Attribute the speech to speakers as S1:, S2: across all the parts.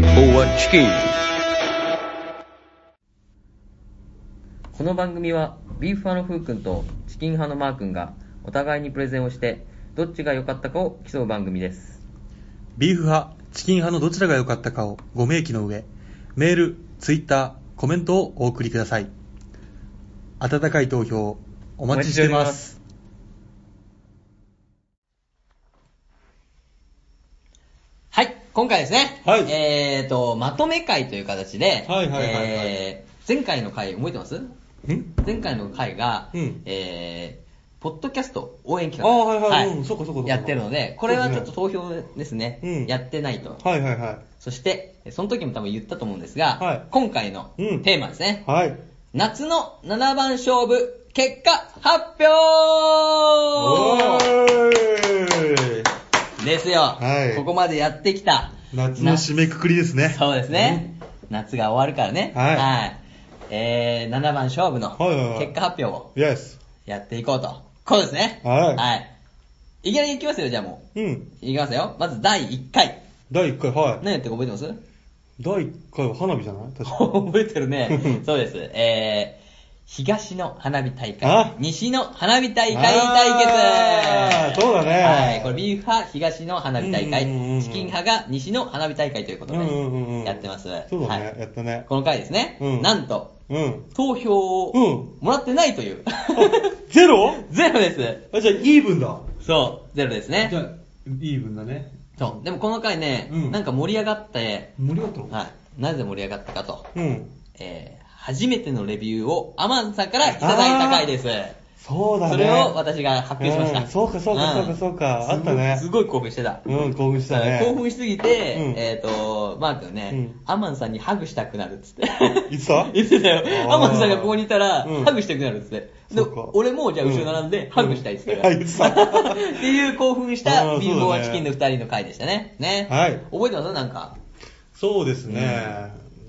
S1: チキン。
S2: この番組はビーフ派のふうくんとチキン派のマーくんがお互いにプレゼンをしてどっちが良かったかを競う番組です
S3: ビーフ派、チキン派のどちらが良かったかをご明記の上、メール、ツイッター、コメントをお送りください。温かい投票、お待ちしてます。
S4: はい、今回ですね、
S3: はい
S4: えーと、まとめ会という形で、
S3: はいはいはいはい
S4: えー前回の回、覚えてます
S3: ん
S4: 前回の回が、
S3: うん
S4: えー、ポッドキャスト応援企
S3: あ
S4: 画。
S3: ーはいはいうんそうかそうかそうか
S4: やってるので、これはちょっと
S3: そ
S4: 投票ですね。
S3: うん
S4: やってないと。
S3: はいはいは
S4: そして、その時も多分言ったと思うんですが、
S3: はい
S4: 今回の
S3: うん
S4: テーマですね。
S3: い。はい。
S4: 夏の7番勝負、結果発
S3: お
S4: 表
S3: ーい
S4: ですよ、
S3: はい
S4: ここまでやってきた。
S3: 夏の締めくくりですね。
S4: そうですね。夏が終わるからね。
S3: はい
S4: えー、7番勝負の
S3: はいはいはい
S4: 結果発表を
S3: イエス。
S4: やっていこうと。こうですね。
S3: はい
S4: い。いきなりいきますよ、じゃあも
S3: うん。
S4: う。いきますよ。まず第1回。
S3: 第1回、はい。
S4: 何やって覚えてます
S3: 第1回は花火じゃない確 か
S4: 覚えてる ね。そうです。えー、東の花火大
S3: あ
S4: 会、西の花火大会対
S3: あー
S4: 決
S3: そうだね
S4: はい。これビーフ派東の花火大
S3: うんうんうんう
S4: 会、
S3: ん
S4: チキン派が西の花火大会ということで
S3: うんうんうんうん
S4: やってます。
S3: そうだね、
S4: はい
S3: やったね。
S4: この回ですね、
S3: うん
S4: なんと、
S3: うん。
S4: 投票を
S3: う
S4: もらってないと いう。
S3: ゼロ
S4: ゼロです。
S3: あ、じゃあ、イーブンだ。
S4: そう、ゼロです
S3: じゃ
S4: ね。
S3: あ、イーブンだね。
S4: そう。でもこの回ね、
S3: うん
S4: なんか盛り上がって、
S3: 無料と
S4: はい、なぜ盛り上がったかと、
S3: うん。
S4: えー、初めてのレビューをアマンさんからいただいた回です。
S3: そうだね。
S4: それを私が発表しました。
S3: うんそうかそうかそうかそうか
S4: ん
S3: あったね
S4: すごいすごい興奮してた。
S3: うん、興奮したね。
S4: 興奮しすぎて、
S3: うん
S4: えっ、と、マー君ね、
S3: うん
S4: アマンさんにハグしたくなるっつって。
S3: 言って た
S4: 言ってたよ。
S3: あー
S4: アマンさんがここにいたら、
S3: うん
S4: ハグしたくなるっつって。で
S3: そっか
S4: 俺もじゃあ後ろ並んで、
S3: うん
S4: ハグしたいっつったから。
S3: うんあ言ってた
S4: っていう興奮し
S3: あ
S4: た
S3: ー
S4: 貧乏はチ
S3: そうだね
S4: キンの二人の回でしたね。ね。
S3: はい
S4: 覚えてますなんか。
S3: そうですね。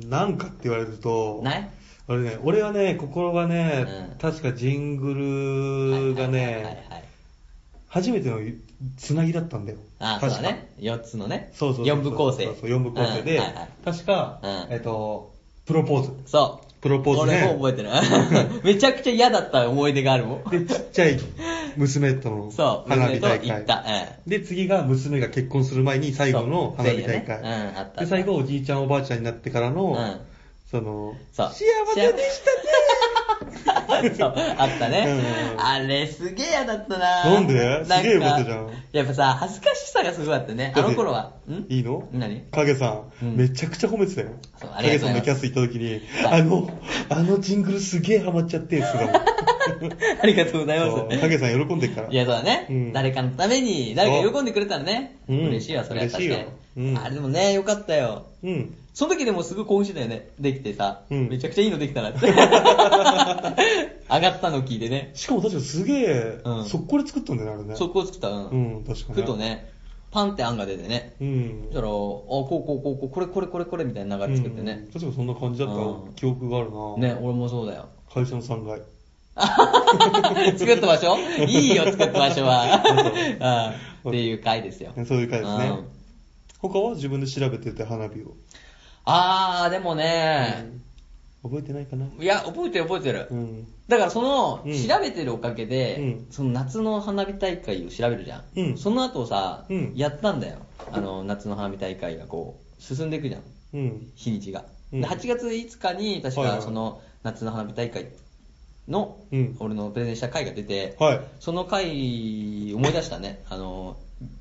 S3: なんかって言われると、
S4: ない
S3: あれね、俺はね、心がね、
S4: うん
S3: 確かジングル
S4: は
S3: が
S4: いはいはい
S3: ね、
S4: はい。
S3: 初めてのつなぎだったんだよ。
S4: あー、そう
S3: 確か
S4: だね。四つのね。
S3: そうそうそう。
S4: 四部構成。
S3: そうそう、四部構成で
S4: うんはいはい、
S3: 確か
S4: うん、
S3: えっと、プロポーズ。
S4: そう。
S3: プロポーズね
S4: 俺も覚えてる。め ちゃくちゃ嫌だった思い出があるもん。
S3: で、ちっちゃい娘との
S4: そう、
S3: 花火
S4: 娘
S3: 大
S4: と行
S3: 会
S4: っ。た。うん
S3: で、次が娘が結婚する前に最後の
S4: そう
S3: 花火大会。
S4: 前夜ねうんあった
S3: で、最後おじいちゃんおばあちゃんになってからの、
S4: うん
S3: その、
S4: そう
S3: 幸せでし
S4: そう、あったね
S3: う。ん
S4: あれ、すげえ嫌だったな
S3: なんで
S4: か
S3: すげえことじゃん
S4: やっぱさ、恥ずかしさがすごかったね。
S3: た
S4: あ
S3: ね。
S4: の頃は。ん
S3: いいの
S4: 何
S3: 影さん,、
S4: うん
S3: めちゃくちゃ褒めてたよ
S4: そう。ありが
S3: 影
S4: とうございます
S3: さんのキャス行った時に、
S4: はい
S3: あの、あのジングルすげえハマっちゃって、すご い。
S4: ありがとうござい
S3: そ
S4: ま
S3: う
S4: す。
S3: 影さん喜んでるから。
S4: いや、そうだね、
S3: うん
S4: 誰かのために、誰か喜んでくれたらね。
S3: そううん
S4: 嬉しいわ、それは
S3: 嬉し
S4: 確
S3: い
S4: か
S3: よ
S4: に。
S3: うん
S4: あれでもね、よかったよ。
S3: うん。
S4: その時でもすごい興奮してたよね。できてさ、
S3: うん
S4: めちゃくちゃいいのできたな って。上がったの聞いてね。
S3: しかも確かすげえ、
S4: うん
S3: 速攻で作ったんだよね、あれね。
S4: そこを作った、うん。
S3: うん、確かに。
S4: ふと。ね、パンって案が出てね。
S3: うん
S4: そし。たら、あ、こうこうこうこう、これこれこれこれみたいな流れ作ってね
S3: うん。確かそんな感じだった記憶があるな。
S4: ね、俺もそうだよ。
S3: 会社の3階。
S4: 作った場所いいよ、作った場所は。う
S3: そ
S4: ん
S3: う
S4: っていう回ですよ。
S3: ねそういう回です
S4: う
S3: ね
S4: ん。
S3: 他は自分で調べてて花火を。
S4: あー、でもね、
S3: 覚えてないかない
S4: や、覚えてる覚えてる
S3: う。ん。
S4: だからその、
S3: うん
S4: 調べてるおかげで、
S3: うん
S4: その夏の花火大会を調べるじゃん。
S3: うん
S4: その後さ、
S3: うん
S4: やったんだよ。あの、夏の花火大会がこう、進んでいくじゃん。
S3: うん。
S4: 日にちが。
S3: うん
S4: で8月5日に、確
S3: はいは
S4: か
S3: い
S4: その、夏の花火大会の、
S3: うん
S4: 俺のプレゼンした回が出て、
S3: はい。
S4: その回、思い出したね。あの、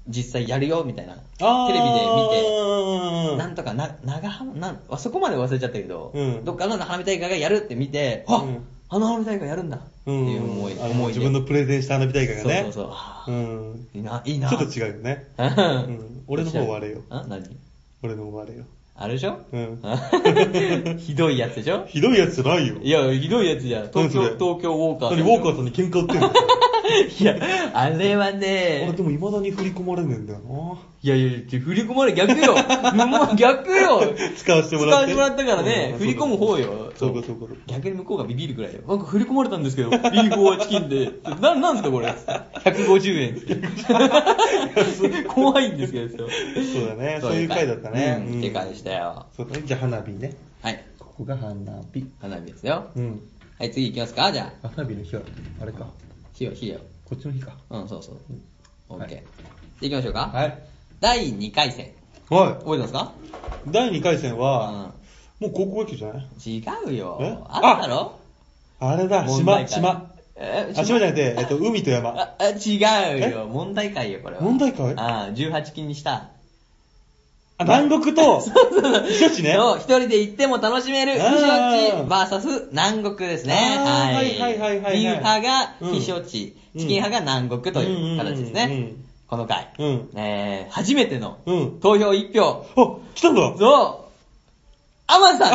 S4: 実際やるよ、みたいな。テ
S3: あー
S4: レビで見て、
S3: うん
S4: なんとかな、長浜、なん、あそこまで忘れちゃったけど、
S3: うん
S4: どっかの花火大会がやるって見て、あ、
S3: うん
S4: あの花火大会やるんだって
S3: うん。
S4: いう思い、
S3: あの
S4: 思い
S3: 自
S4: 出
S3: 分のプレゼンした花火大会がね。
S4: そうそうそう。
S3: うん。
S4: いいな、いい
S3: ち
S4: な。
S3: ょっと違うよ ね。
S4: う
S3: うん俺の方はあれよ
S4: あ何
S3: 俺のもあれよ。
S4: あれでしょ
S3: うん
S4: ひどいやつでしょ
S3: ひどいやつじゃないよ。
S4: いや、ひどいやつじゃん。東
S3: 何そ
S4: 京、
S3: れ
S4: 東京ウォーカー
S3: 何、ウォーカーさんに喧嘩売ってんの
S4: いや、あれはね
S3: あ、でも未だに振り込まれねえんだよない
S4: やいや、ちょ振り込まれ逆よ。もう逆よ。
S3: 使わせてもらっ
S4: 使わせ
S3: て
S4: てもらったからね、
S3: うん
S4: 振り込む方よ。
S3: そうかそうか
S4: 逆に向こうがビビるくらいよ。なんか振り込まれたんですけど、ビーフォアチキンで。な、なんですかこれ。150円って。 怖いんですけど。
S3: そうだねそういう回だったね
S4: うん
S3: うん
S4: って回でしたよ。
S3: そうだねじゃあ花火ね
S4: はい。
S3: ここが花火
S4: 花火ですよ。
S3: うん
S4: はい、次行きますかじゃあ。
S3: あ花火の日はあれか
S4: 火よ、火よ。
S3: こっちの日か
S4: うん、そうそう。オッ
S3: は
S4: ケ
S3: い
S4: ー。行きましょうか。
S3: はい
S4: 第2回戦。
S3: は
S4: 覚えてますか
S3: い第2回戦はもう高校野球じゃない
S4: 違う
S3: え
S4: よ。あったろ
S3: あれだ
S4: 問題
S3: 島
S4: 会え
S3: 島あ島じゃなくてえっと海と山
S4: ああ違うよ。問題会よ、これは。
S3: 問題会
S4: ああ、18禁にした。
S3: あ南国と避暑地ね
S4: そう、一人で行っても楽しめる、避暑
S3: あー
S4: 地 VS 南国ですね。
S3: あー
S4: はい。
S3: はいはいはいはいはい
S4: ビーフ派が
S3: うん
S4: 避暑地、
S3: うん
S4: チキン派が南国という形です
S3: うんうんうんう
S4: ね
S3: ん。
S4: この回。
S3: うん
S4: えー、初めての
S3: うん
S4: 投票1票。
S3: あ来たんだ
S4: そうアマンさん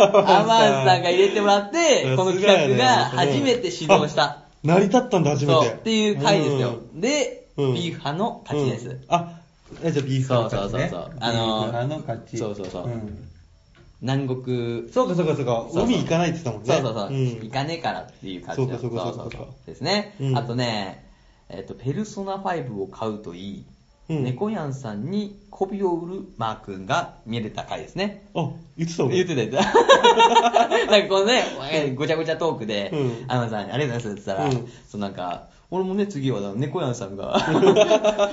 S4: アマンさんが入れてもらって、この企画が初めて始動した。
S3: あ成り立ったん だ初め
S4: そ
S3: て
S4: う、っていう回ですよ。で、ビ
S3: うん
S4: ーフ派の勝ちです。
S3: うんあえじゃあビーフ
S4: そ
S3: の
S4: うそう
S3: 勝ち
S4: そう
S3: ね
S4: そう。
S3: ビ
S4: あ
S3: ーフ
S4: の
S3: 派の勝ち
S4: そうそうそう。
S3: ん
S4: 南国、
S3: そうかそうかそうか
S4: そうそう
S3: 海行かないって言って
S4: そ
S3: た
S4: うそう
S3: もんね
S4: そう、
S3: ん
S4: 行かねえからっていう感じだ
S3: そうかそうかそうかそうか
S4: ですね、
S3: うん
S4: あとね、えっ、と、ペルソナ5を買うといい、
S3: うん
S4: 猫やんさんに媚びを売るマー君が見れた回ですね。
S3: あ言ってた俺
S4: 言ってた言って た。なんかこのね、えごちゃごちゃトークで、
S3: うん
S4: アマさんありがとうございますって言ったら、
S3: うん
S4: そうなんか、俺もね、次は猫やんさん が、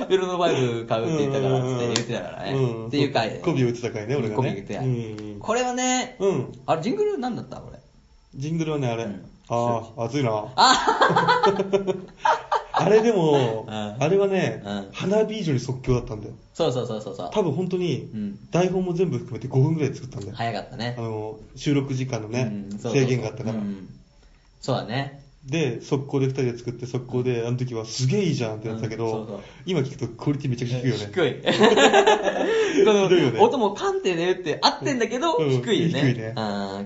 S4: ベルノバイブ買うって言ったからって言ってたからね。
S3: うん
S4: っていう回で。
S3: コビを打ってた回ね俺がね
S4: コビ打ってた
S3: うん
S4: これはね、
S3: うん
S4: あれ、ジングルなんだったこれ。
S3: ジングルはねあれ
S4: うん
S3: ああ熱いな あれでも
S4: うん
S3: あれはね
S4: うん
S3: 花火以上に即興だったんだよ
S4: そうそうそうそうそう。
S3: 多分本当
S4: う
S3: に
S4: ん
S3: 台本も全部含めて5分ぐらいで作ったんだよ
S4: 早かったね
S3: あ。の収録時間のね
S4: うんそうそうそう
S3: 制限があったから
S4: うんそうだね。
S3: で速攻で2人で作って速攻であの時はすげえいいじゃんってなってたけ
S4: うんそうそ
S3: ど
S4: う
S3: 今聞くとクオリティめちゃくちゃ低いよね
S4: 低い。
S3: ひどいよね
S4: 音も鑑定でって合ってんだけど、
S3: うん
S4: 低いよね。
S3: 低いね
S4: うん、か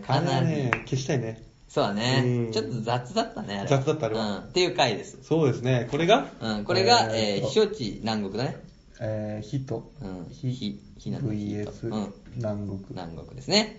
S3: あれ
S4: な
S3: は
S4: り
S3: ね。消したいね
S4: そうだ
S3: う
S4: ね
S3: ん。
S4: ちょっと雑だったね、あれ。
S3: 雑だったあれは
S4: うん。っていう回です。
S3: そうですねこれが
S4: うん。これが、えー、
S3: と
S4: 避暑地南国だね。
S3: えー、火と、
S4: うん
S3: 火
S4: 火火なの火と
S3: VS、
S4: うん
S3: 南国、
S4: 南国ですね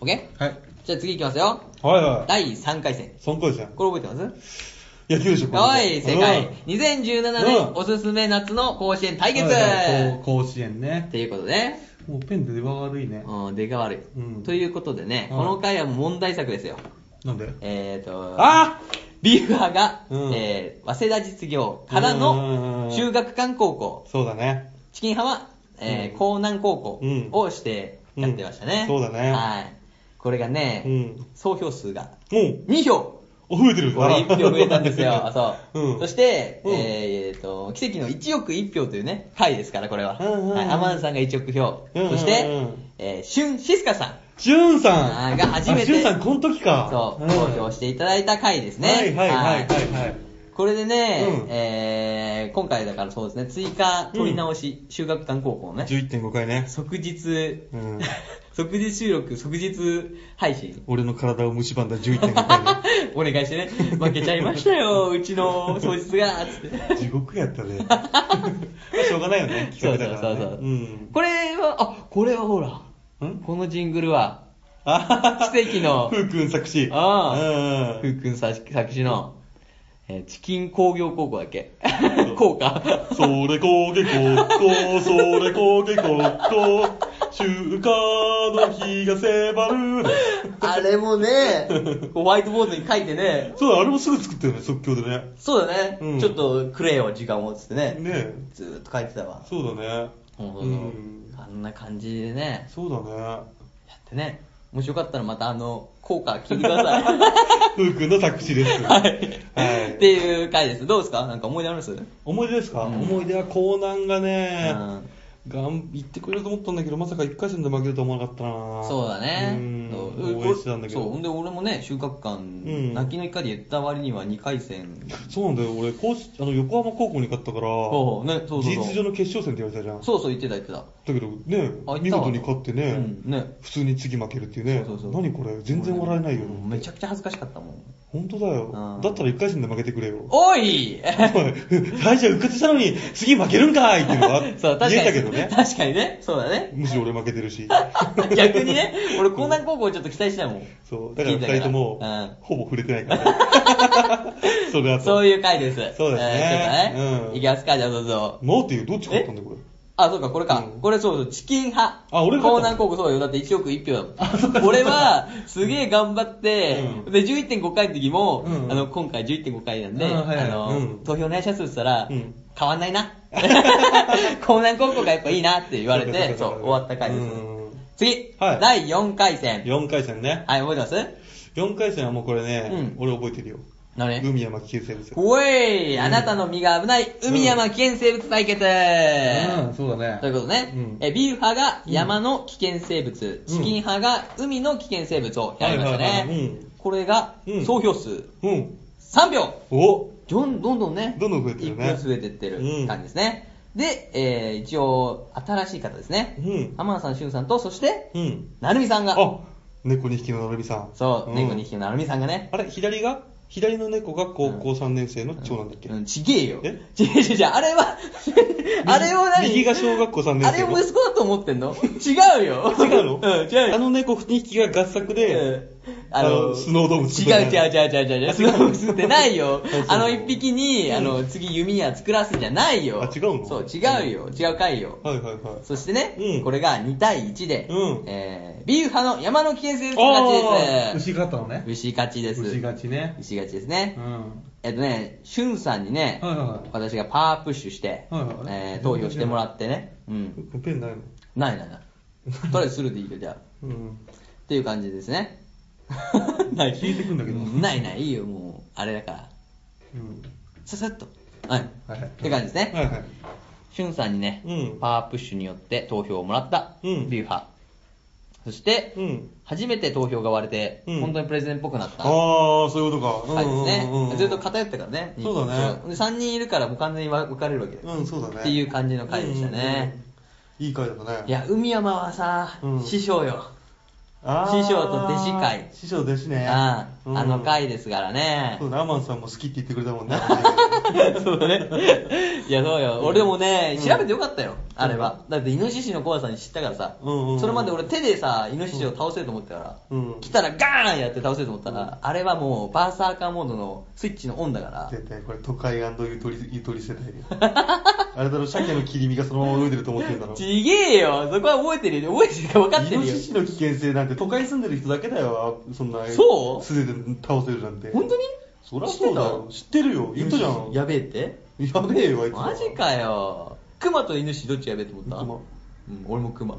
S3: う。ん
S4: OK?
S3: はい
S4: じゃあ次行きますよ。
S3: はいはい
S4: 第3回戦。
S3: 3回戦
S4: これ覚えてます
S3: 野球でしょこれ
S4: おい、正解
S3: うん。
S4: 2017
S3: うん
S4: 年おすすめ夏の甲子園対決
S3: はいはいこう
S4: っ
S3: 甲子園ね
S4: ていうことで、
S3: もうペンで出は悪いね
S4: うん、出が悪い、
S3: うん
S4: ということでね、
S3: うん
S4: この回は問題作ですよ。
S3: なんで
S4: えーと、
S3: あ
S4: ビーフ派が、
S3: うん
S4: えー、早稲田実業から
S3: うん
S4: の中学館高校、
S3: そうだね
S4: チキン派は、えー
S3: う
S4: 江
S3: ん
S4: 南高校
S3: うん
S4: をしてやってましたね。
S3: うんそうだね
S4: はい。これがね、
S3: うん
S4: 総票数が
S3: もう
S4: 2票
S3: お増えてる。
S4: これ1票増えたんですよそう。
S3: ん、
S4: そして、
S3: うん
S4: えーえーと、奇跡の1億1票というね、回ですから、これは。
S3: うんうんうん
S4: はい、アマンさんが1億票。
S3: うんうんう
S4: そ
S3: ん
S4: して、えー、シュン・シスカさん。
S3: ジュンさ
S4: あ
S3: ん
S4: ーが初めて
S3: あジュンさんこの時か
S4: そう、
S3: ん
S4: 投票していただいた回ですね。
S3: はいはいはいはいはい
S4: これでね、
S3: うん
S4: えー、今回だからそうですね、追加取り直し、修学館高校ね、
S3: 11.5回ね、
S4: 即日、
S3: うん、
S4: 即日収録、即日配信、
S3: 俺の体を蝕んだ11.5回ね
S4: お願いしてね、負けちゃいました よ、うちの喪失が、つって。
S3: 地獄やったね。しょうがないよね、
S4: そ
S3: 企
S4: う
S3: 画
S4: そう
S3: だか
S4: そ
S3: ら、
S4: うそ
S3: ね。
S4: う、
S3: ん。
S4: これは、あ、これはほら、
S3: ん
S4: このジングルは、
S3: あ
S4: 奇跡の
S3: ふ、うくん作詞。
S4: ああ、
S3: う
S4: ふ
S3: ん
S4: うくん作作詞の、えーチキン工業高校だっけ 効 果
S3: それこげこっこ、それこげこっこ、中華の日が迫るね。
S4: あれも ね、ホワイトボードに書いてね、
S3: そうだ、あれもすぐ作ったよね、即興でね。
S4: そうだね、
S3: うん
S4: ちょっとくれよ、時間を、つってね。
S3: ねえ
S4: ずーっと書いてたわ。
S3: そうだね。
S4: うん
S3: うん
S4: あんな感じでね、
S3: そうだね。
S4: やってね。もしよかったらまたあの、効果聞いてくだ さい。
S3: ふうくんの作詞です。
S4: はい。
S3: はい
S4: っていう回です。どうですかなんか思い出あります
S3: 思い出ですか、
S4: うん
S3: 思い出は江南がね、
S4: うん
S3: がん行ってくれると思ったんだけどまさか1回戦で負けると思わなかったな
S4: そうだね
S3: う。ん
S4: そう
S3: 応援してたんだけど
S4: そう。ほんで俺もね、収穫館、
S3: ん
S4: 泣きの一回で言った割には2回戦。
S3: そうなんだよ俺甲子あの横浜高校に勝ったから
S4: そうね、そうそうそう。
S3: 事実上の決勝戦って言われたじゃん
S4: そうそう、言ってた言ってた。
S3: だけどね
S4: あいた
S3: 見事に勝ってね,、
S4: うんね
S3: 普通に次負けるっていうね
S4: そうそうそう
S3: 何これ全然笑えないよ、
S4: うんめちゃくちゃ恥ずかしかったもん
S3: 本当だよ
S4: うん
S3: だったら1回戦で負けてくれよ
S4: おい
S3: おい最初はうっかつしたのに次負けるんかいっていうのは
S4: そう確かに
S3: 言えたけど ね
S4: 確かにねそうだね
S3: むしろ俺負けてるし
S4: 逆にね俺江南高校ちょっと期待してたもん
S3: そうだから2人とも
S4: うん
S3: ほぼ触れてないから ねそれあと
S4: そういう回です。
S3: そうですね
S4: えーちょっと
S3: うん
S4: ね。いきますか、じゃあどうぞ。
S3: なんていうどっち勝ったんだこれ
S4: あ、そうか、これか。
S3: うん
S4: これそうそう、チキン派。
S3: あ俺が
S4: 高南高校そうよ。だって1億1票だもん。俺は、すげえ頑張って、
S3: うん
S4: で、11.5回の時も、
S3: うん
S4: あの、今回11.5回なんで、
S3: うんはいはい
S4: あの、
S3: うん
S4: 投票お願いしますって言ったら、
S3: うん
S4: 変わんない な。 高南高校がやっぱいいなって言われて、そう、終わった回です。
S3: うん
S4: 次、
S3: はい
S4: 第4回戦。
S3: 4回戦ね
S4: はい、覚えてます
S3: 4回戦はもうこれね、
S4: うん
S3: 俺覚えてるよ
S4: 何
S3: 海山危険生物
S4: おい、あなたの身が危ない海山危険生物対決、
S3: うんそうだね
S4: ということね、
S3: うん
S4: えビーフ派が山の危険生物、
S3: うん
S4: チキン派が海の危険生物を選びましたね、
S3: はいはいはいうん
S4: これが
S3: うん
S4: 総票数
S3: うん
S4: 3票
S3: お
S4: どんどんどんね
S3: どんどん増えてるね
S4: 一票増えてってる感じですね、で、えー一応新しい方ですね、
S3: うん
S4: 浜田さん、しゅんさんとそして
S3: うん
S4: なるみさんが
S3: あ猫2匹のなるみさん
S4: そう、
S3: ん
S4: 猫2匹のなるみさんがね
S3: あれ左が左の猫が高校3年生の長男だっけ、
S4: うん、ちげえよ。
S3: え
S4: ちげえちげえちげえ、あれは、あれを何
S3: 右が小学校3年生の
S4: あれを息子だと思って んの違うよ。
S3: 違うの
S4: うん、違うよ。
S3: あの猫2匹が合作
S4: う
S3: で
S4: ん、あの、
S3: スノードーム作っ
S4: 違
S3: た
S4: う違う違う違う違う違う、スノードーム作ってないよ
S3: あそう。
S4: あの一匹に、あの、次弓矢作らすんじゃないよ。
S3: あ違うの
S4: そう、違うよ。違う回よ。
S3: はいはいはい。
S4: そしてね、
S3: うん
S4: これが2対1で、
S3: うん
S4: えー、ビーフ派の山の危険生物勝ちです。
S3: 牛型のね。
S4: 牛勝ちです。
S3: 牛勝ちね。
S4: 牛勝ちですね。
S3: うん。
S4: えっとね、しゅんさんにね、
S3: はいはいはい
S4: 私がパワープッシュして、
S3: はいはい
S4: えー投票してもらってね、うん、
S3: ペンないの
S4: ないないない。 とりあえずするでいいよ、じゃあ。
S3: うん。
S4: っていう感じです ね。ない。
S3: 聞いてくんだけど
S4: うないない、いいよ、もう、あれだから。
S3: うん。
S4: ささっと。はい。
S3: はいはい
S4: って感じですね。
S3: はいはい。
S4: しゅんさんにね、
S3: うん
S4: パワープッシュによって投票をもらった、
S3: うん
S4: ビューファー。そして、
S3: うん
S4: 初めて投票が割れて、
S3: うん
S4: 本当にプレゼンっぽくなった。
S3: ああ、そういうことか。
S4: はいですね、
S3: うんうんうん
S4: ずっと偏ったからね。
S3: そうだね
S4: で、3人いるからもう完全に分かれるわけだよ
S3: うん、そうだね。
S4: っていう感じの回でしたね
S3: うんうんうん。いい回だったね。
S4: いや、海山はさ、
S3: うん
S4: 師匠よ。
S3: あー
S4: 師匠と弟子会
S3: 師匠弟子ね。
S4: ああ、
S3: うん
S4: あの回ですからね
S3: そ。うだ、アマンさんも好きって言ってくれたも んね。
S4: そうだね。いや、そうよ。俺でもね、調べてよかったよ、あれは。だって、イノシシの怖さに知ったからさ、
S3: うんうんうん
S4: それまで俺手でさ、イノシシを倒せると思ってたから、
S3: うん
S4: 来たらガーンやって倒せると思ったら、あれはもう、バーサーカーモードのスイッチのオンだから、
S3: 絶対これ都会ゆとり、ゆとり世代で。あれだろ、鮭の切り身がそのまま泳いでると思ってるだろ。
S4: ちげえよそこは覚えてるよ。覚えてるか分かって
S3: イノ
S4: るよ
S3: シ。シの危険性なんて都会住んでる人だけだよそんな
S4: そう
S3: 素手で倒せるなんて
S4: 本当に
S3: そりゃそうだよ知ってるよ言ったじゃん
S4: やべえって
S3: やべえよあいつら
S4: マジかよ。クマとイノシシどっちがやべえと思った
S3: 熊
S4: うん、俺もクマ。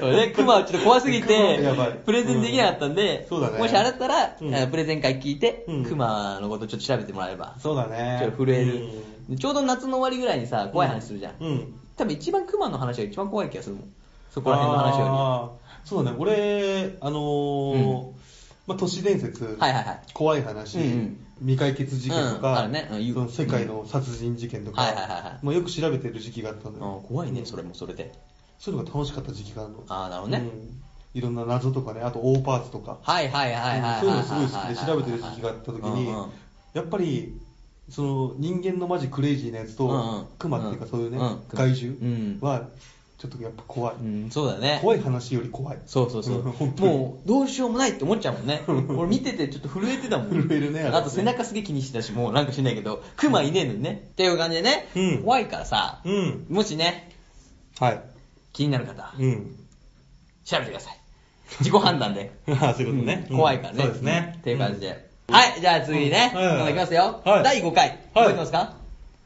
S4: そうね、クマはちょっと怖すぎ
S3: 熊は
S4: て
S3: やばい、
S4: プレゼンできなかったんで、
S3: うんそうだね
S4: もしあれだったら、
S3: うん
S4: あのプレゼン会聞いて、
S3: うん
S4: クマのことちょっと調べてもらえば、
S3: そうだね
S4: ちょっと震える、でちょうど夏の終わりぐらいにさ、怖い話するじゃん。
S3: うんうん
S4: 多分一番クマの話が一番怖い気がするもん。そこら辺の話よ
S3: あーそうだね俺あのーまあ、都市伝説、
S4: はいはいはい
S3: 怖い話、
S4: うんうん
S3: 未解決事件と
S4: うんあ
S3: か、
S4: るねうん
S3: その世界の殺人事件とか、
S4: はいはいはいはい
S3: もうよく調べてる時期があったん
S4: り。
S3: だよ
S4: あー怖いね、それもそれで。
S3: そういうのが楽しかった時期があるの
S4: あーなるほどね
S3: うんいろんな謎とかねあと大パーツとか
S4: はいはいはいはいはいはいはい。
S3: そういうのすごい好きで調べてる時期があった時に、
S4: うんうん
S3: やっぱりその人間のマジクレイジーなやつと、
S4: うんうん
S3: クマっていうかそういうね、
S4: うん
S3: 害獣
S4: うん
S3: はちょっとやっぱ怖い、
S4: うん、そうだね。
S3: 怖い話より怖い
S4: そうそうそ
S3: ん
S4: う。
S3: 本当に
S4: もう、どうしようもないって思っちゃうもんね。俺見ててちょっと震えてたもん。
S3: 震えるねあれね
S4: あと背中すげえ気にしてたし、もうなんかしないけど、クマいねえのにね。っていう感じでね、
S3: うん
S4: 怖いからさ、
S3: うん
S4: もしね、
S3: はい
S4: 気になる方、
S3: うん
S4: 調べてください。自己判断で。
S3: あそういうことね、
S4: うん怖いからね。
S3: そうですね
S4: っていう感じで。はい、じゃあ次ね、
S3: うんはいはい
S4: まだいきますよ。
S3: はい
S4: 第5回、覚えてますか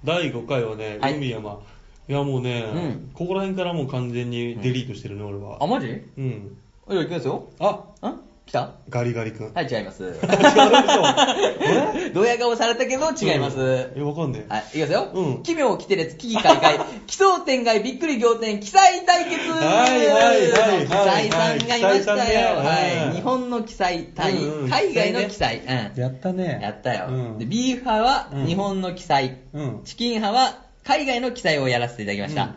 S3: 第5回はね
S4: はい
S3: 海山いやもうね、
S4: うん
S3: ここら辺からもう完全にデリートしてるね、俺は
S4: あ、マジ
S3: うん
S4: じゃあいきますよ。
S3: あ
S4: ん来た
S3: ガリガリ君、
S4: はい、違い ます。
S3: 違うでしょ
S4: ドヤ顔されたけど違います。
S3: えわかんねえ
S4: はい、いきますよ。
S3: うん
S4: 奇妙奇てれつ、奇奇怪 怪、奇想天外、びっくり仰天、奇才対決
S3: はいはいはいはい
S4: 奇才さんがいましたよ。
S3: 奇才さんね
S4: は
S3: うん
S4: い。日本の奇才対、
S3: うんうん
S4: 海外の奇才。うん。
S3: やったね
S4: やったよ。
S3: うん
S4: でビーフ派は
S3: うん
S4: 日本の奇才、
S3: うん
S4: チキン派は海外の奇才をやらせていただきました。
S3: うん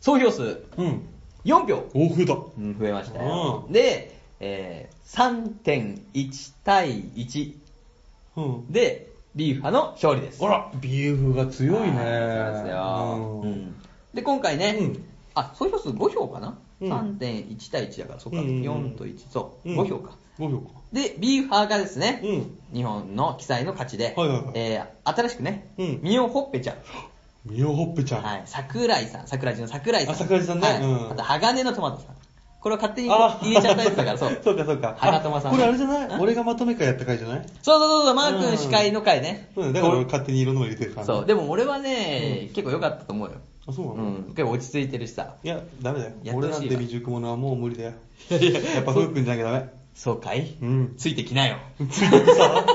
S4: 総票数
S3: うん。
S4: 4票、
S3: お増えた。
S2: うん、増えましたよ。
S3: う
S4: で、えー、3.1対1
S3: うん。
S4: で、ビーフ派の勝利です。
S3: あら、BF が強いね。
S4: はいそう
S3: う
S4: なんですよ。うんんで、今回ね、
S3: うん
S4: あ、総票数5票かな、
S3: うん
S4: ?3.1 対1だから、そっか、
S3: うんうんうん
S4: 4と1、そう、
S3: うん
S4: 5票か。
S3: 5票か。
S4: で、ビーフ派がですね、
S3: うん
S4: 日本の記載の勝ちで、
S3: はいはいはい
S4: えー新しくね、
S3: うん
S4: ミオ・ホッペちゃん、
S3: ミオホッペちゃん。
S4: はい、桜井さん、桜井の桜井さん、
S3: あ桜井さんね
S4: はい
S3: うん
S4: あと、鋼のトマトさん。これを勝手に
S3: あ
S4: 入れちゃったやつだから、そう。
S3: そうかそうか。
S4: 花友さん。
S3: これあれじゃない
S4: ん
S3: 俺がまとめ会やった会じゃない
S4: そうそうそうそう、マー
S3: うん
S4: 君司会の回ね。
S3: うん、だから俺
S4: こ
S3: 勝手にいろんなの入れてるか
S4: う
S3: ら。
S4: そう、でも俺はね、結構良かったと思うよ。
S3: あ、そうな
S4: う
S3: の、
S4: ん、結構落ち着いてるしさ。
S3: いや、ダメだよ。
S4: やってほしいわ
S3: 俺なんて未熟者はもう無理だよ。やっぱフー君じゃなきゃダメ。
S4: そうかい、
S3: うん。
S4: ついてきなよ。
S3: ついてさ。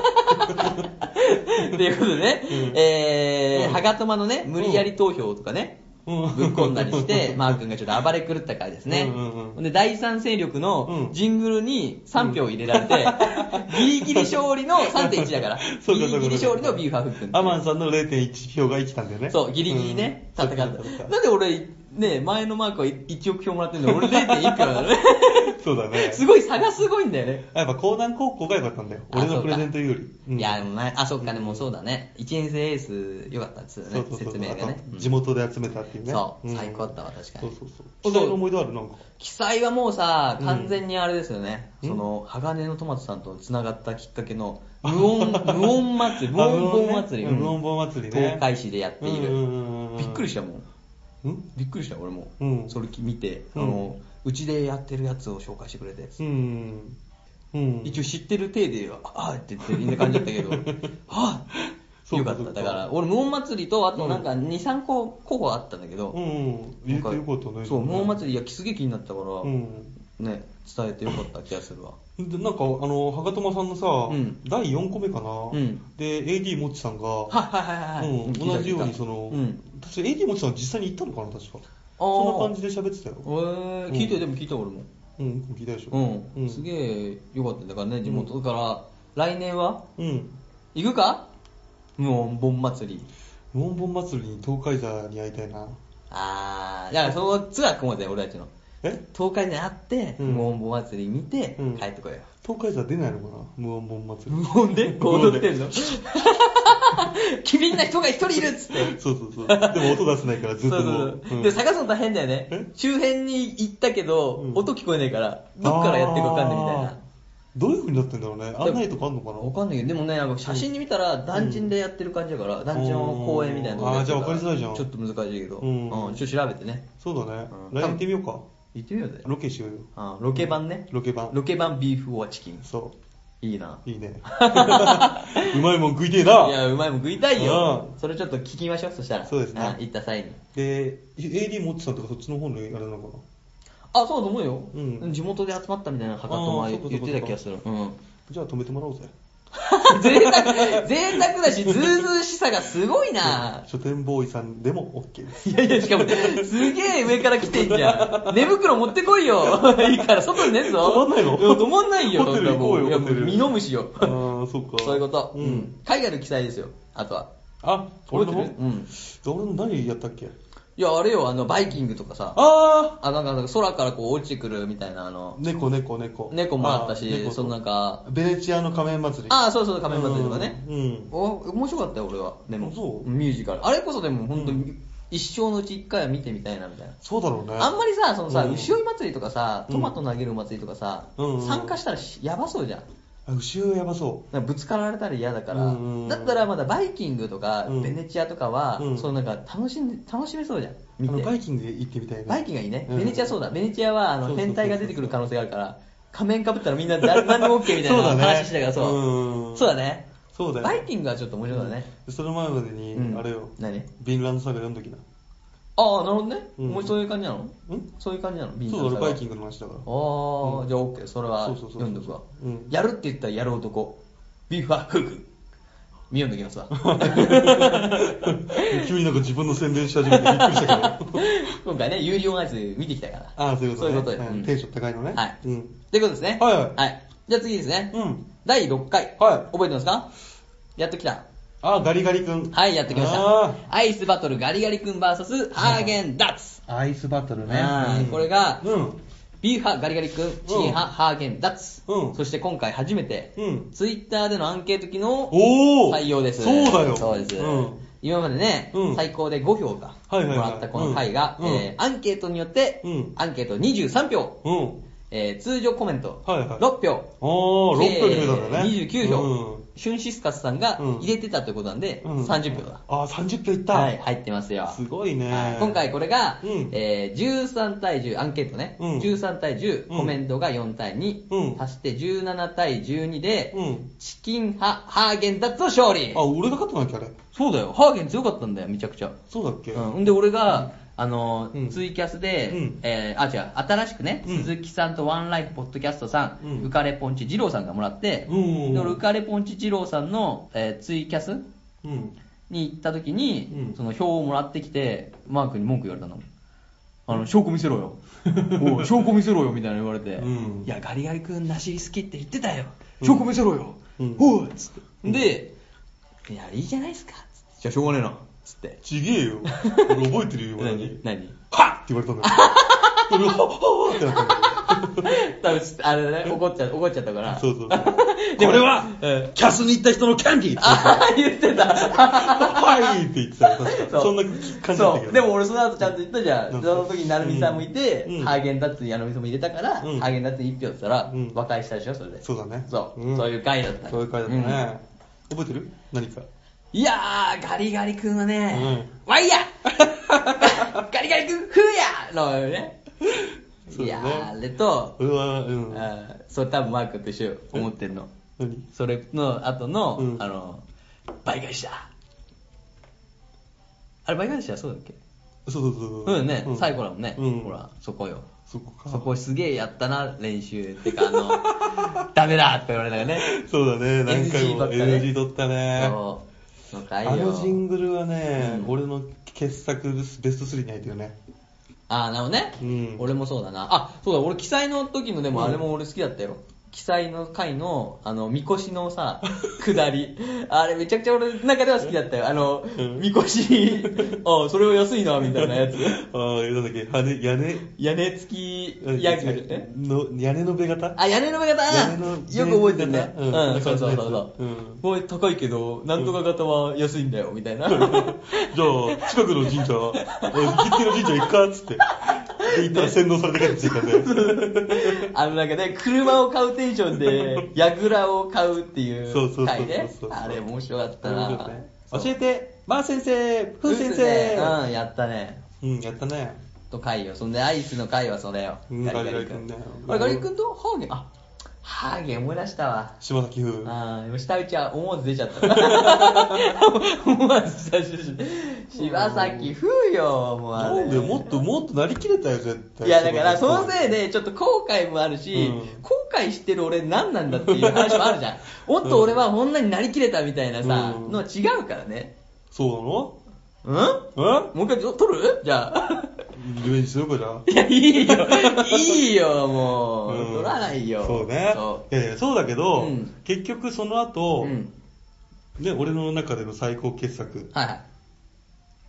S4: ということでね、えー、
S3: うん
S4: はがとまのね、無理やり投票とかね、
S3: うん
S4: ぶっ込んだりして、マー君がちょっと暴れ狂った回ですね。
S3: うんうんうん
S4: で、第三勢力の
S3: うん、
S4: ジングルに3票入れられて、ギリギリ勝利の3.1だから
S3: そ
S4: ギ
S3: うか
S4: リ
S3: そうかそうか
S4: ギリ勝利のビーファフ君。
S3: アマンさんの0.1票が生きたんだよね。
S4: そう、ギリギリね、
S3: うん
S4: 戦った。なん
S3: そうかそうか
S4: で俺、ね、前のマークは1億票もらってるのに、俺0.1票なのね。
S3: そうだ ね。
S4: すごい、差がすごいんだよね。
S3: やっぱ江南高校が良かったんだよ。
S4: あ
S3: 俺のプレゼントより。うん
S4: いや、でもなあ、そっか、でもそうだね。1年生エース、良かったっつう
S3: そ
S4: ね
S3: う、そうそう
S4: 説明がね
S3: あ。と地元で集めたっていうね。
S4: そう、
S3: ん
S4: 最高だったわ、確か
S3: そ
S4: に。
S3: うそうそう。
S4: そ
S3: そうの思い出あるなんか。
S4: 記載はもうさ、完全にあれですよね。
S3: うん
S4: その、鋼のトマトさんと繋がったきっかけの、無音、無音祭り、無音盆祭り。
S3: あ無音盆祭りね
S4: 東海市でやってい
S3: うん
S4: る。
S3: うんうんうん
S4: びっくりしたもん。
S3: うん
S4: びっくりした、俺も。
S3: うん
S4: それ見て、あ
S3: うん
S4: の、うちでやってるやつを紹介してくれて。
S3: うん。うん。
S4: 一応知ってる体で、ああって言ってみんな感じだったけど、 はあ
S3: そう
S4: よ
S3: か
S4: かっ
S3: そうか
S4: た。だから、俺、無音祭りと、あとなんか2、3個候補あったんだけど、
S3: うん。
S4: なん
S3: 言ってよかったね。
S4: そう、無音祭り、いや、すげえ気になったから、
S3: うん。
S4: ね、伝えてよかった気がするわ。
S3: でなんか、あの、はがとまさんのさ、
S4: うん
S3: 第4個目かな、
S4: うん
S3: で、AD もっちさんが、
S4: はいはいはいはい。
S3: うん、
S4: 聞いた
S3: 同じように、そ
S4: 聞
S3: の、
S4: いたうん。
S3: 私、AD もっちさん実際に行ったのかな、確か。
S4: あー
S3: そんな感じで喋ってたよ。
S4: えー、聞いたよ、でも聞いたよ俺も。
S3: うん、聞いたでし
S4: う
S3: ょ。
S4: ん。すげえよかった。だからね、地元だから、来年は
S3: うん。
S4: 行くか無音盆祭り。
S3: 無音盆祭りに東海座に会いたいな。
S4: あー、だからそのツアー組もうぜ、俺たちの。
S3: え
S4: 東海で会って、
S3: うん
S4: 無音盆祭り見て、
S3: うん
S4: 帰ってこよう。
S3: 東海座出ないのかな無音盆祭り。
S4: 無音 でこう踊ってんの 君んな人が一人いるっつって。
S3: そうそうそう。でも音出せないからずっと
S4: そう
S3: も
S4: そううそう。
S3: うん
S4: で、探すの大変だよね
S3: え。
S4: 周辺に行ったけど、
S3: うん
S4: 音聞こえないから、どっからやってるかわかんないみたい
S3: あー
S4: な。
S3: どういう風になってんだろうね。案内とかあんのかな
S4: わかんないけど、でもね、なんか写真で見たら、団地でやってる感じだから、団地の公園みたいなとこでやってるら
S3: あーじゃあわかりづらいじゃん
S4: ちょっと難しいけど、
S3: う
S4: うんん、ちょっと調べてね。
S3: そうだね。
S4: うん
S3: 来年行ってみようか。
S4: 行ってみようぜ。
S3: ロケしようよ。
S4: あーロケ版ね。
S3: ロケ版
S4: ロケ版ビーフオアチキン。
S3: そ
S4: いいな。。
S3: う。いいね。うまいもん食いてえない
S4: や、うまいもん食いたいよ
S3: う。
S4: それちょっと聞きましょう、そしたら。
S3: そうですね
S4: あ行った際に。
S3: で、AD 持ってたんとかそっちの方のあれなのかな
S4: あ、そうだと思うよ。
S3: うん
S4: 地元で集まったみたいな方
S3: あ
S4: と
S3: ー
S4: 前
S3: そうかそう
S4: 言
S3: か
S4: ってた気がする。うん。
S3: じゃあ止めてもらおうぜ。
S4: 贅沢、贅沢だし、ずうずうしさがすごいな。
S3: 書店ボーイさんでも OK です。
S4: いやいや、しかも、すげえ上から来てんじゃん。寝袋持ってこいよ。 いいから、外に寝んぞ。
S3: 止まんないの
S4: うん止まんないよ、
S3: ホテル行こうよ
S4: そんな
S3: ホ
S4: もん
S3: テ
S4: いや、
S3: ル
S4: もう身の虫よ。
S3: あー、そうか。
S4: そういうこと。
S3: う
S4: うんん。。海外の記載ですよ、あとは。
S3: あ、俺の
S4: 覚えてるうん。
S3: 俺の何やったっけ
S4: いや、あれよ、あの、バイキングとかさ。
S3: あ
S4: あ、なんか、なんか空からこう落ちてくるみたいな、あの
S3: ー、猫猫猫。
S4: 猫もらった
S3: あー
S4: し、
S3: 猫と
S4: そのなんか、
S3: ベネチアの仮面祭り。
S4: ああ、そうそう、仮面祭りとかね。
S3: うんうん
S4: お、面白かったよ、俺は。でも、
S3: そう
S4: ミュージカル。あれこそでも、本当に、一生のうち一回は見てみたいな、みたいな。
S3: そうだろうね。
S4: あんまりさ、そのさ、
S3: うん
S4: 牛追い祭りとかさ、
S3: うん
S4: トマト投げる祭りとかさ、
S3: うんうん
S4: 参加したらしやばそうじゃん。
S3: あ後ろやばそ
S4: なんかぶつかられたら嫌だから、
S3: うんうん
S4: だったらまだバイキングとか、
S3: うん
S4: ベネチアとかは、
S3: うん
S4: そのなんか楽しんで楽しめそうじゃん
S3: う。あ
S4: 見
S3: の
S4: て
S3: バイキングで行ってみたいね。
S4: バイキングがいいね、
S3: うん
S4: ベネチアそうだベネチアはあ
S3: そう
S4: の
S3: そうそう
S4: 変態が出てくる可能性があるから仮面かぶったらみんな誰何で も OK みたいな
S3: そうだね
S4: 話してたからそう
S3: うん
S4: そうだね
S3: そうだよ
S4: バイキングはちょっと面白いだね、
S3: その前までに、
S4: うん
S3: あれよ。
S4: 何
S3: ビンランドサガ読んどきな。
S4: ああなるほどね、
S3: うん
S4: もうそういう感じなの
S3: うん
S4: そういう感じなのビンタ
S3: そうだ、
S4: さん
S3: 俺
S4: は
S3: バイキングの話だから。
S4: ああ、じゃあ OK それは
S3: そうそうそうそう
S4: 読んどくわ
S3: うん
S4: やるって言ったらやる男ビーフはフグ見読んどきますわ
S3: 急になんか自分の宣伝し始めてびっくりしたけど。
S4: 今回ね有料のやつ見てきたから
S3: ああ、そういうこ
S4: そう
S3: とね。
S4: いうことよ
S3: ん
S4: うん
S3: テンション高いのね。
S4: はい。と
S3: う
S4: い
S3: ん。
S4: うことですね。
S3: はいはい
S4: じゃあ次です ね。
S3: うん
S4: 第6回。
S3: はい
S4: 覚えてますかやっと来た。
S3: ああ、ガリガリ君。
S4: はい、やってきまし
S3: あ
S4: た。アイスバトルガリガリ君 VS ハーゲンダッツ。
S3: あアイスバトルね
S4: あー。
S3: うん
S4: これが
S3: うん。
S4: ビーフ派ガリガリ君、チキン派、ハーゲンダッツ、
S3: うん
S4: そして今回初めて、
S3: うん
S4: ツイッターでのアンケート機能
S3: おー
S4: 採用です
S3: そうだよ
S4: そうです、
S3: うん
S4: 今までね、
S3: うん
S4: 最高で5票が
S3: はいはいはい
S4: もらったこの回が、
S3: うん
S4: えーアンケートによって、
S3: うん
S4: アンケート23票、
S3: うん。
S4: えー通常コメント
S3: はいはい
S4: 6票、
S3: おー、6票で増えたんだね。
S4: 計29票、
S3: うん
S4: シュンシスカスさんが
S3: うん
S4: 入れてたってことなんで、
S3: うん
S4: 30票だ、
S3: あー、30票いった。
S4: はい、入ってますよ
S3: すごいね
S4: はい。今回これが、
S3: うん
S4: えー13対10アンケートね、
S3: うん
S4: 13対10
S3: うん
S4: コメントが4対2、
S3: うん
S4: 足して17対12で、
S3: うん
S4: チキン派ハーゲンダッツの勝利
S3: あ、俺が勝ったんだっけ、あれ。
S4: そうだよハーゲン強かったんだよめちゃくちゃ、
S3: そうだっけ
S4: うん、んで俺が、あのー
S3: うん
S4: ツイキャスで、
S3: うん
S4: えーあ違う新しくね、
S3: うん
S4: 鈴木さんとワンライフポッドキャストさん、
S3: うん
S4: 浮かれポンチ二郎さんがもらって、
S3: うん
S4: で俺浮かれポンチ二郎さんの、えーツイキャス
S3: うん。
S4: に行った時に、
S3: うん
S4: その票をもらってきてマー君に文句言われたのあの証拠見せろ よおう証拠見せろよみたいなの言われて、
S3: うん
S4: いやガリガリ君梨好きって言ってたよ
S3: うん
S4: 証拠見せろよ、
S3: うん
S4: おうっつって、でいやいいじゃないですかつってじゃあしょうがねえなつって
S3: ちげえよ。俺覚えてるよ、俺に。
S4: 何
S3: はっって言われた んだよ。俺はっはっってなったんだ
S4: 多分ちょっとあれだね怒っちゃ怒っちゃったから
S3: よ。そうそうそう。
S4: でも
S3: これは、
S4: うん
S3: キャスに行った人のキャンディーって言ってた。
S4: ああ 言ってた
S3: はいって言ってたよ、確か。そんな感じだったけ
S4: そ
S3: ど。
S4: うでも俺その後ちゃんと言ったじゃん
S3: うん
S4: その時に成美さんもいて、
S3: うん
S4: ハーゲンダッツに成美さんも入れたから、
S3: うん
S4: ハーゲンダッツに1票って言ったら、
S3: うん
S4: 和解したでしょそれで
S3: そうだね。
S4: そう、
S3: ん
S4: そういう回だった
S3: そういう回だった
S4: うん
S3: ね。覚えてる何か。
S4: いやーガリガリ君はね、ワイヤー ガリガリ君フーヤーのね
S3: そう
S4: い
S3: だ
S4: や
S3: ね
S4: ーあれと、
S3: 俺は、うん。
S4: あーそれ多分マー君と一緒よ思ってんの
S3: 何
S4: それの後の、
S3: うん
S4: あの倍返しだあれ倍返しだそうだっけ
S3: そうそうそう。
S4: そうだよね、最後だもんね、
S3: うん。
S4: ほら。そこよ
S3: そこか。
S4: そこすげえやったな練習ってかあの ダメだって言われたよね
S3: そうだね、何回
S4: NG ば
S3: も
S4: っかね
S3: NG 取ったね。
S4: そうの回よ
S3: あのジングルはね、
S4: うん
S3: 俺の傑作ですベスト3に入ってるね。
S4: ああなるほどね、
S3: うん
S4: 俺もそうだなあそうだ俺記載の時のでもあれも俺好きだったよ、記載の回の、あの、みこしのさ、 下り。あれめちゃくちゃ俺の中では好きだったよ。あの、
S3: うん
S4: みこ し、あそれは安いな、みたいなやつ。
S3: ああ、なんだっけ、羽根、屋根、
S4: 屋根付き
S3: うん
S4: やつね。
S3: の屋根のべ型
S4: あ、屋根の目型
S3: 屋根の
S4: よく覚えてるね。
S3: う
S4: うんん、そうそうそうそうう。
S3: ん
S4: これ高いけど、なんとか型は安いんだよ、みたい な。
S3: じゃあ、近くの神社、おい行ってる神社行くかっつって。で、行ったら洗脳されて帰ってきたね。
S4: あの、なんかね、車を買うテンションで、ヤグラを買うってい
S3: そうそうそうそう
S4: う回ね。あれ面白かったな。
S3: 教えて、まー先生、ふー先
S4: う
S3: 生。
S4: ん、やったね。
S3: うん、やったね。
S4: と回よ。そんで、アイスの回はそれよ。
S3: うん
S4: 君
S3: ガリガリ君ね
S4: あれ、ガリガリ君とハーゲン、あ、ハーゲン思い出したわ。
S3: 島崎風。
S4: ああ、下打ちは思わず出ちゃ った。思わず出ちゃった。柴崎風よ、もうあ
S3: な
S4: れ。
S3: んでもっともっとなりきれたよ、絶対。
S4: いや、だから、そのせいで、ちょっと後悔もあるし、
S3: うん
S4: 後悔してる俺何なんだっていう話もある じゃん。おっと、俺は女になりきれたみたいなさ、
S3: うん
S4: のは違うからね。
S3: そう
S4: うん
S3: なの
S4: もう一回ちょ撮るじゃ あ。
S3: えリベンジするかじゃあ。
S4: いや、いいよ。いいよ、もう。
S3: うん
S4: 撮らないよ。
S3: そうね
S4: そ
S3: いやいやそうだけど、
S4: うん
S3: 結局その
S4: う。
S3: 後、
S4: うん。
S3: ね、俺の中での最高傑作
S4: はいはい。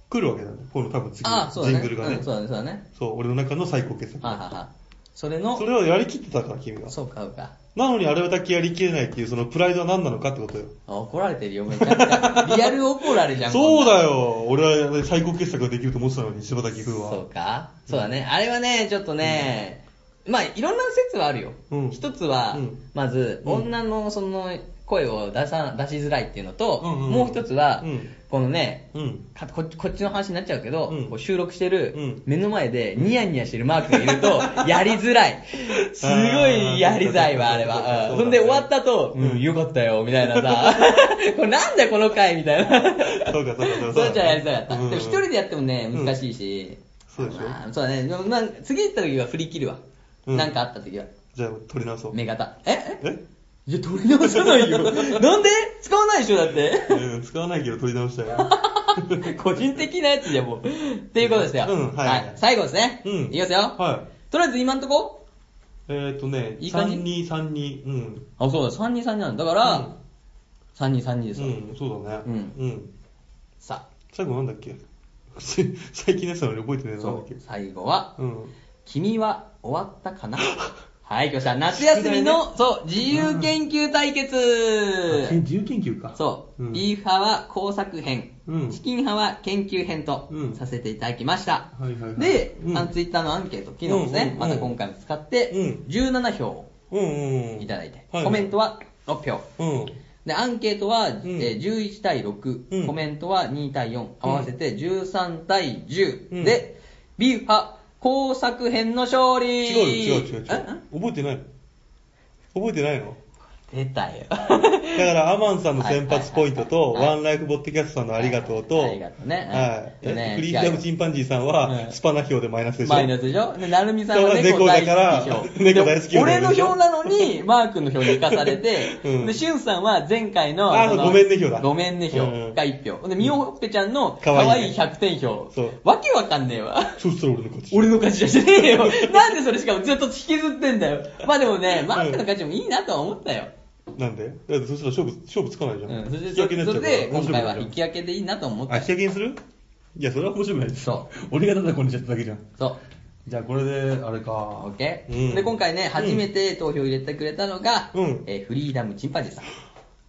S3: 来るわけだねこの多分次
S4: ああ、そうだ
S3: ジ
S4: ね。
S3: ングルがね、
S4: うん
S3: そ
S4: そううだね、そうだね。
S3: 俺の中の最高傑作、
S4: はいはいはい。それの、
S3: それをやりきってたから君が
S4: そうか、そうか。
S3: なのにあれだけやりきれないっていうそのプライドは何なのかってことよ
S4: あ怒られてるよ、めちゃくちゃ。リアル怒られじゃん。
S3: そ
S4: こ
S3: う
S4: んな
S3: だよ俺は最高傑作ができると思ってたのに柴崎風は
S4: そうか。そうだね。あれはね、ちょっとね、まあ、いろんな説はあるよ。
S3: うん
S4: 一つは、
S3: うん
S4: まず、
S3: うん
S4: 女のその声を出さ、出しづらいっていうのと、
S3: うんうんうん
S4: もう一つは、
S3: うん
S4: このね、
S3: うん
S4: かこっちこっちの話になっちゃうけど、
S3: うん
S4: こう収録してる、
S3: うん
S4: 目の前でニヤニヤしてるマークがいると、 やりづらい。すごいやりづらいわ、
S3: あー
S4: あれは。
S3: そうだね
S4: うんほんで終わった後、
S3: うん
S4: うん、よかったよ、みたいな さ、これなんだよこの回、みたいな。
S3: そうかそうかそうか
S4: そうじゃやりたかった。で
S3: うん
S4: も一人でやってもね、
S3: うん
S4: 難しいし。
S3: そうでしょ
S4: まあそうだね。でもなんか次行った時は振り切るわ。
S3: うん
S4: なんかあった時は。
S3: じゃあ取り直そう
S4: 目型。ええ
S3: え
S4: いや、取り直さないよ。 なんで使わないでしょ、だって。
S3: うん使わないけど取り直したよ
S4: 個人的なやつじゃもう。っていうことですよ。
S3: うんはい
S4: 最後ですね。
S3: うん
S4: いきますよ。
S3: はい
S4: とりあえず今んとこ
S3: えーっとね
S4: いい感じ
S3: 3232うん
S4: あ、そうだ、3人3人なんだ。だから、3人3人ですよ。
S3: うん、そうだね。
S4: うん
S3: うん。
S4: さあ。
S3: 最後なんだっけ し最近のやつなのに覚えてないのなんだっ
S4: そ
S3: け
S4: う最後は、
S3: うん
S4: 君は終わったかな はい、今日は夏休みの、そう、自由研究対決、
S3: あけん自由研究か
S4: そう、
S3: ん
S4: ビーフ派は工作編、
S3: うん
S4: チキン派は研究編と
S3: うん
S4: させていただきました。
S3: はいはいはい
S4: で、
S3: うん
S4: あのツイッターのアンケート、機能ですね、
S3: うんうんうん
S4: また今回も使って、
S3: うん
S4: 17票
S3: うんうん
S4: いただいて、
S3: は
S4: コメント
S3: は
S4: は6票。
S3: うん
S4: で、アンケートは、え
S3: ん
S4: ー11対6、
S3: うん
S4: コメントは2対4、合わせて13対10、
S3: うん
S4: で、ビーフ派、工作編の勝利
S3: 違うよ違う違う違う
S4: え
S3: 覚えてない覚えてないの
S4: 出たよ。
S3: だからアマンさんの先発ポイント
S4: は
S3: と、
S4: いはいはい
S3: ワンライフボッドキャストさんのありがとうと、
S4: ありがとうね
S3: はい。
S4: うんね
S3: フリーダムチンパンジーさんは、
S4: うん
S3: スパナ票でマイナスでしょ
S4: マイナスでしょで、なるみさんは猫
S3: そうだ
S4: 大
S3: 猫だから
S4: 好き票。
S3: 猫大好き
S4: で
S3: 票
S4: 俺の
S3: でしょ、
S4: 票なのに、マー君の票に生かされて
S3: うん
S4: で、しゅんさんは前回の、
S3: あ
S4: その
S3: ごめんね票だ
S4: ごめんね票
S3: うん
S4: が1票。で、みおほっぺちゃんの
S3: か
S4: 可
S3: わいいね
S4: 愛い100点票。
S3: そう
S4: わけわかんねえわ。
S3: そしたら俺の勝ち。
S4: 俺の勝ちじゃねえよ。なんでそれしかもずっと引きずってんだよ。まあでもね、マー君の勝ちもいいなとは思ったよ。
S3: なんでだってそしたら勝負、勝負つかないじゃん。
S4: うん。そし
S3: 引
S4: て
S3: き分けにな
S4: そ
S3: っちゃ
S4: れで、
S3: うから。面
S4: 今
S3: 白く
S4: 回
S3: な
S4: はい引
S3: じ
S4: き分けでいいなと思っ
S3: ゃん。
S4: た
S3: あ、引き。分けにするいや、それは面白くないでしょ
S4: そ。
S3: 俺がただこんにちはってだけじゃん。
S4: そう。
S3: じゃあこれで、あれ
S4: オ
S3: か
S4: ッ。ケ
S3: う
S4: ー
S3: ん
S4: で、今回ね、初めて投票入れてくれたのが、
S3: うん
S4: えーフリーダムチンパンジーさん。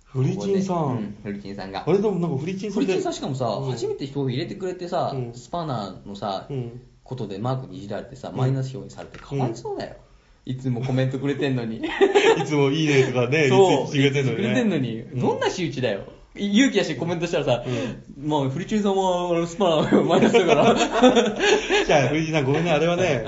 S3: フリチンさ。
S4: ここでうんフリチンさんが
S3: あ。れでもなんかフリチンさ
S4: フ
S3: んっ
S4: リチ
S3: て
S4: ンさんしかもさ、
S3: うん
S4: 初めて票入れてくれてさ、
S3: うん
S4: スパナーのさ、
S3: うん
S4: ことでマークにいじられてさ、
S3: ん
S4: マイナス表にされてかわいそうだよ。いつもコメントくれてん のに。
S3: いつもいいねとかね、リツイート
S4: そ
S3: し
S4: う、
S3: てくれてんの
S4: く
S3: にね。
S4: れてんのに、
S3: うん
S4: どんな仕打ちだよ。勇気出してコメントしたらさ、もうフリチンさんも俺スパナーマイナスだ から。
S3: じゃあ、藤井さん、ごめんね、あれはね、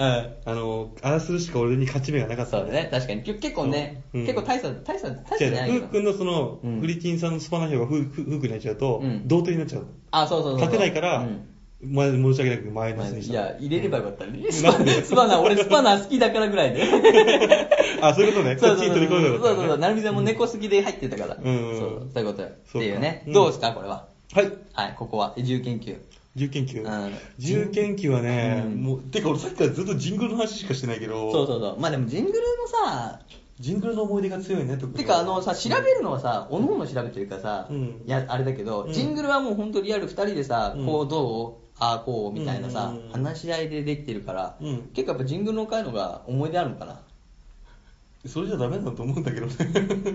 S4: う
S3: あの、あらするしか俺に勝ち目がなかった
S4: そうだね、確かに。結構ね、
S3: うん
S4: 結構大差、大差、大差
S3: じ
S4: じ
S3: ゃ
S4: ゃ
S3: あ、
S4: ない
S3: ふ
S4: けど
S3: うくんのその、
S4: うん
S3: フリチンさんのスパナ票がふうふうふうくんになっちゃうと、
S4: うん
S3: 同点になっちゃうの。
S4: あ、そうそうそうそう。
S3: 勝てないから、
S4: うん
S3: ま申し訳なくマイナスにし
S4: い
S3: た。
S4: や、入れればよかったね。スパスパナー、俺スパナー好きだからぐらいで。
S3: あ、そういうことね。
S4: そ
S3: こ
S4: う
S3: っち
S4: そうそう
S3: に取り込めばよ
S4: そ
S3: かっ
S4: う
S3: た
S4: そう
S3: ね、
S4: そう。成美さんも猫好きで入ってたから。
S3: うんうん
S4: そう、そういうことよ。って
S3: そうか
S4: いうね。
S3: うん
S4: どうですか、これは。
S3: はい。
S4: はい、ここは。自由研究。
S3: 自由研究。
S4: うん
S3: 自由研究はね、
S4: うん
S3: もう、てか俺さっきからずっとジングルの話しかしてないけど、
S4: そうそうそう。まあでも、ジングルもさ、
S3: ジングルの思い出が強いね、特に。
S4: てかあのさ、調べるのはさ、おのおの調べてるからさ、
S3: うん
S4: いや、あれだけど、
S3: うん
S4: ジングルはもう本当リアル2人でさ、
S3: うん
S4: こうどうああこうみたいなさ、
S3: うん
S4: 話し合いでできてるから、
S3: うん
S4: 結構やっぱジングルの回の方が思い出あるのかな。
S3: それじゃダメだと思うんだけどね。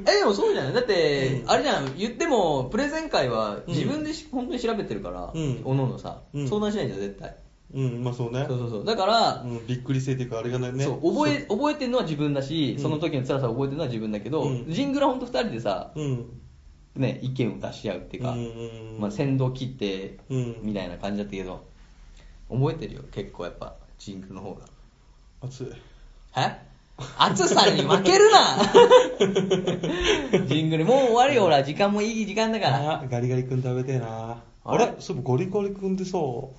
S4: えでもそうじゃないだって、
S3: うん
S4: あれじゃん言ってもプレゼン会は自分でし、本当に調べてるから、
S3: うん
S4: おのおのさ、
S3: うん
S4: 相談しないじゃん絶対
S3: うん、まあそうね。
S4: そうそうそうだから、
S3: うん、びっくり性というか、あれがね、
S4: そう覚え覚えてるのは自分だし、その時の辛さを覚えてるのは自分だけど、
S3: うん
S4: ジングルは本当2人でさ、
S3: うん。
S4: ね、意見を出し合うっていうか、
S3: うんうんうん
S4: まあ、先導切って
S3: うん
S4: みたいな感じだったけど、覚えてるよ結構やっぱジングルの方が
S3: 熱い。
S4: え 暑さに負ける なジングルもう終わるよほら時間もいい時間だから
S3: あガリガリ君食べてえなあ
S4: あ
S3: れ
S4: れ
S3: そういえばゴリゴリ君ってさゴ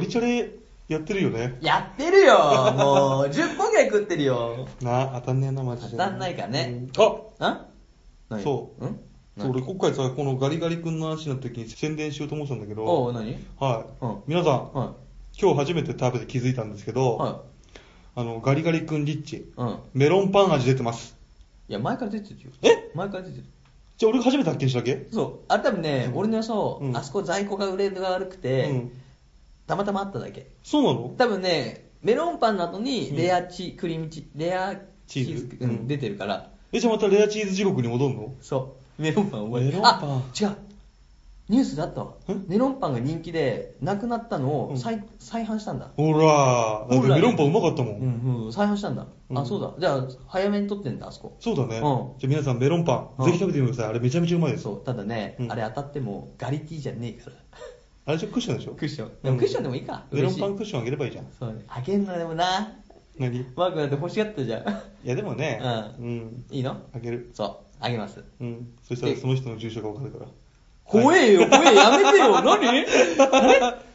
S3: リチョレやってるよね
S4: やってるよもう、10本ぐらい食ってるよ。
S3: なあ当たんねえなマジで
S4: 当たんないからね
S3: うんあ
S4: ん何
S3: そう
S4: うん
S3: そう俺今回さこのガリガリ君の話の時に宣伝しようと思ってたんだけ
S4: お
S3: ど
S4: う、何
S3: はい、
S4: うん
S3: 皆さん
S4: は
S3: 今日初めて食べて気づいたんですけ
S4: い。
S3: ど、
S4: は
S3: あのガリガリ君リッチ
S4: い。うん。
S3: メロンパン味出てます
S4: いや、前から出てるよ。
S3: え
S4: 前から出てる。
S3: じゃあ俺が初めて発見したわけ
S4: そう。あれ多分ね、俺のそう
S3: うん
S4: あそこ在庫が売れが悪くて、
S3: うん
S4: たまたまあっただけ。
S3: そうなの
S4: 多分ね、メロンパンの後
S3: うん
S4: にレアチ、クリームチ、レア
S3: チ
S4: チ
S3: ー
S4: ー
S3: ズ
S4: ズ、う
S3: うん
S4: ん、出てるから、
S3: えじゃあまたレアチーズ地獄に戻んの
S4: そう。メロンパン覚えて
S3: メ
S4: る
S3: ロンパン
S4: あ、違う。ニュースだったわ
S3: え。
S4: メロンパンが人気で、なくなったの
S3: うん
S4: を再,、再販したんだ。
S3: ほらだってメロンパンうまかったもん、
S4: うんうん、再販したんだ。
S3: う
S4: あ、
S3: ん
S4: そうだ。じゃあ、早めに取ってんだ、あそこ。
S3: そうだね、
S4: うん
S3: じゃあ皆さんメロンパン、
S4: うん
S3: ぜひ食べてみてくださいあれめちゃめちゃうまいです
S4: そう、ただね、
S3: うん
S4: あれ当たっても、ガリティじゃね えから。
S3: あれじゃクッションでしょ
S4: クッション。でもクッションでもいいか。
S3: うんメロンパ
S4: 嬉し
S3: ン
S4: い
S3: クッションあげればいいじゃん。
S4: そうね。あげんのでもな。
S3: 何い
S4: マークだって欲しがったじゃん。
S3: やでもね、
S4: うん
S3: ん。
S4: いいの
S3: あげる。
S4: そう、あげます。
S3: うん。そしたら
S4: え
S3: その人の住所がわかるから。
S4: 怖えよ、怖え、やめて よ、何あれ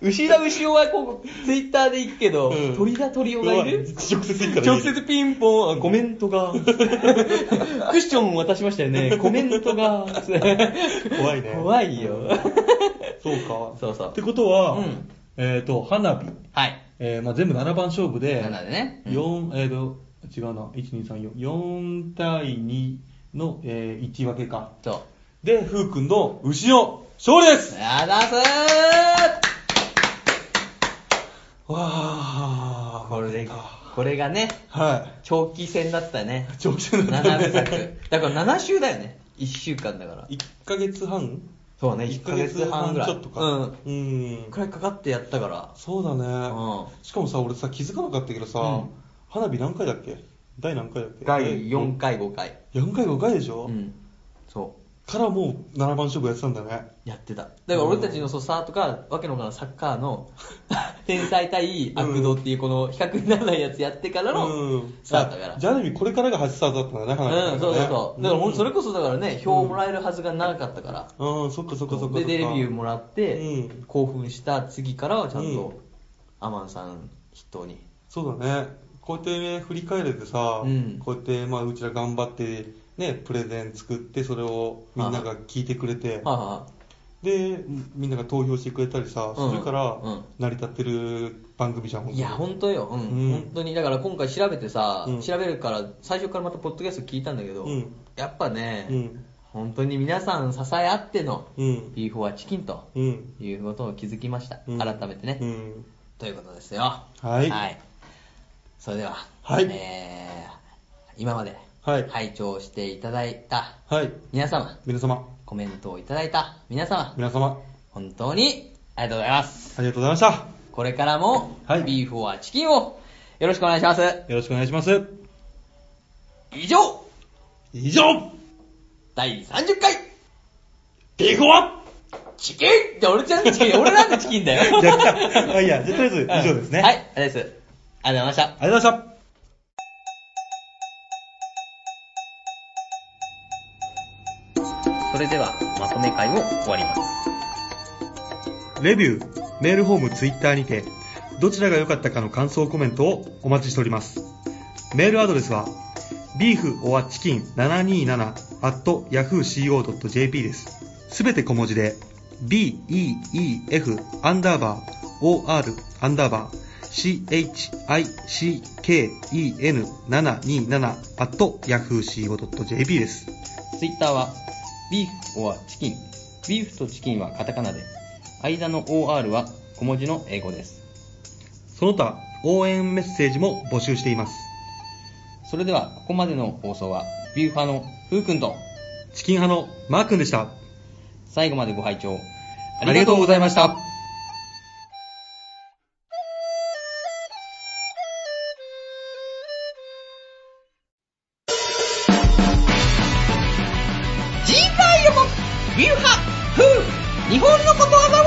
S4: 牛田牛尾はこう、ツイッターで行くけど、
S3: うん
S4: 鳥田鳥尾がいる
S3: うわ直接行くからい
S4: 直
S3: い。
S4: 接ピンポン、あコメント が、クッション渡しましたよね、コメントが、
S3: 怖いね。
S4: 怖いよ。
S3: そうか。
S4: そうそう
S3: ってことは、
S4: うん
S3: えっ、と、花火。
S4: はい。
S3: えー、まあ全部7番勝負で、
S4: 7でねうん
S3: 4、えっ、と、違うな、1、2、3、4。4対2の、えー、1分けか。
S4: そう。
S3: で、ふうくんの牛の勝利です
S4: あざーす
S3: わー、
S4: これで
S3: は
S4: これがね
S3: い。
S4: 長期戦だったね
S3: 長期戦だった
S4: 7
S3: ね
S4: 部作だから7週だよね1週間だから
S3: 1ヶ月半
S4: そうね
S3: 一
S4: 1ヶ月半ぐらい
S3: ちょっとか。
S4: うん
S3: う
S4: 一
S3: ん。
S4: 回かかってやったから
S3: そうだね
S4: う。
S3: しかもさ、俺さ、気づかなかったけど
S4: う
S3: さ
S4: ん、
S3: 花火何回だっけ第何回だっけ
S4: 第4。回5回
S3: 4回、5回でし
S4: う
S3: ょ
S4: んそ
S3: からもう7番勝負やってたんだね。
S4: うやってただから俺たちのそうサーとかわけのわからんサッカーの 天才対悪道っていうこの比較にならないやつやってから
S3: う
S4: の
S3: ん。
S4: サーだから
S3: あじゃあある意味これからが初スタートだったんだね、花火
S4: うん、そうそうそう。だから俺それこそだからね、票をもらえるはずがなかったから。
S3: そ。うん、そっかそっかそっか。
S4: で、でレビューもらって
S3: うん、
S4: 興奮した次からはちゃん
S3: うん
S4: と、アマンさん筆頭に。
S3: そうだね。こうやって振り返れてさ、
S4: うん
S3: こうやって、まあ、うちら頑張って、ね、プレゼン作って、それをみんなが聞いてくれて、
S4: はいは
S3: で、みんなが投票してくれたりさ、
S4: うん
S3: するから
S4: うん、
S3: 成り立ってる番組じゃん、
S4: い
S3: ほ
S4: は
S3: ん
S4: い。いや、本当よ。うん。
S3: うん
S4: 本当に。だから今回調べてさ
S3: うん、
S4: 調べるから、最初からまたポッドキャスト聞いたんだけど
S3: うん、
S4: やっぱね
S3: うん、
S4: 本当に皆さん支え合っての、
S3: うん。
S4: ビーフォアチキンと
S3: うん。
S4: いうことを気づきました。
S3: うん
S4: 改めてね
S3: う。ん。
S4: ということですよ。
S3: はい
S4: それでは、
S3: はい
S4: えー今まで、
S3: はい
S4: 拝聴していただいた
S3: はい。
S4: 皆様、
S3: 皆様、
S4: コメントをいただいた皆様、
S3: 皆様、
S4: 本当にありがとうございます。
S3: ありがとうございました。
S4: これからも、
S3: はい
S4: ビーフォアチキンをよろしくお願いします。
S3: よろしくお願いします。
S4: 以上、
S3: 以上、
S4: 第30回、
S3: ビーフォア
S4: チキンって俺ちゃんとチキン、俺なんでチキンだよ。
S3: 逆か まあいいやじゃあとりあえず以上ですね
S4: はい、ありがとうございます。ありがとうございました。
S3: ありがとうございました。
S2: それではまとめ会を終わります
S3: レビュー、メールフォーム、ツイッターにて、どちらが良かったかの感想コメントをお待ちしております。メールアドレスは、beeforchicken727-yahooco.jp です。すべて小文字で、beef アンダーバー or アンダーバー chicken727-yahooco.jp です。
S2: ツイッターは、ビーフ or チキン。ビーフとチキンはカタカナで、間の OR は小文字の英語です。
S3: その他、応援メッセージも募集しています。
S2: それでは、ここまでの放送は、ビューファーのふうくんと、
S3: チキン派のマー君でした。
S2: 最後までご拝聴
S3: ありがとうございました。
S4: 次回もビューハフー日本のことわざを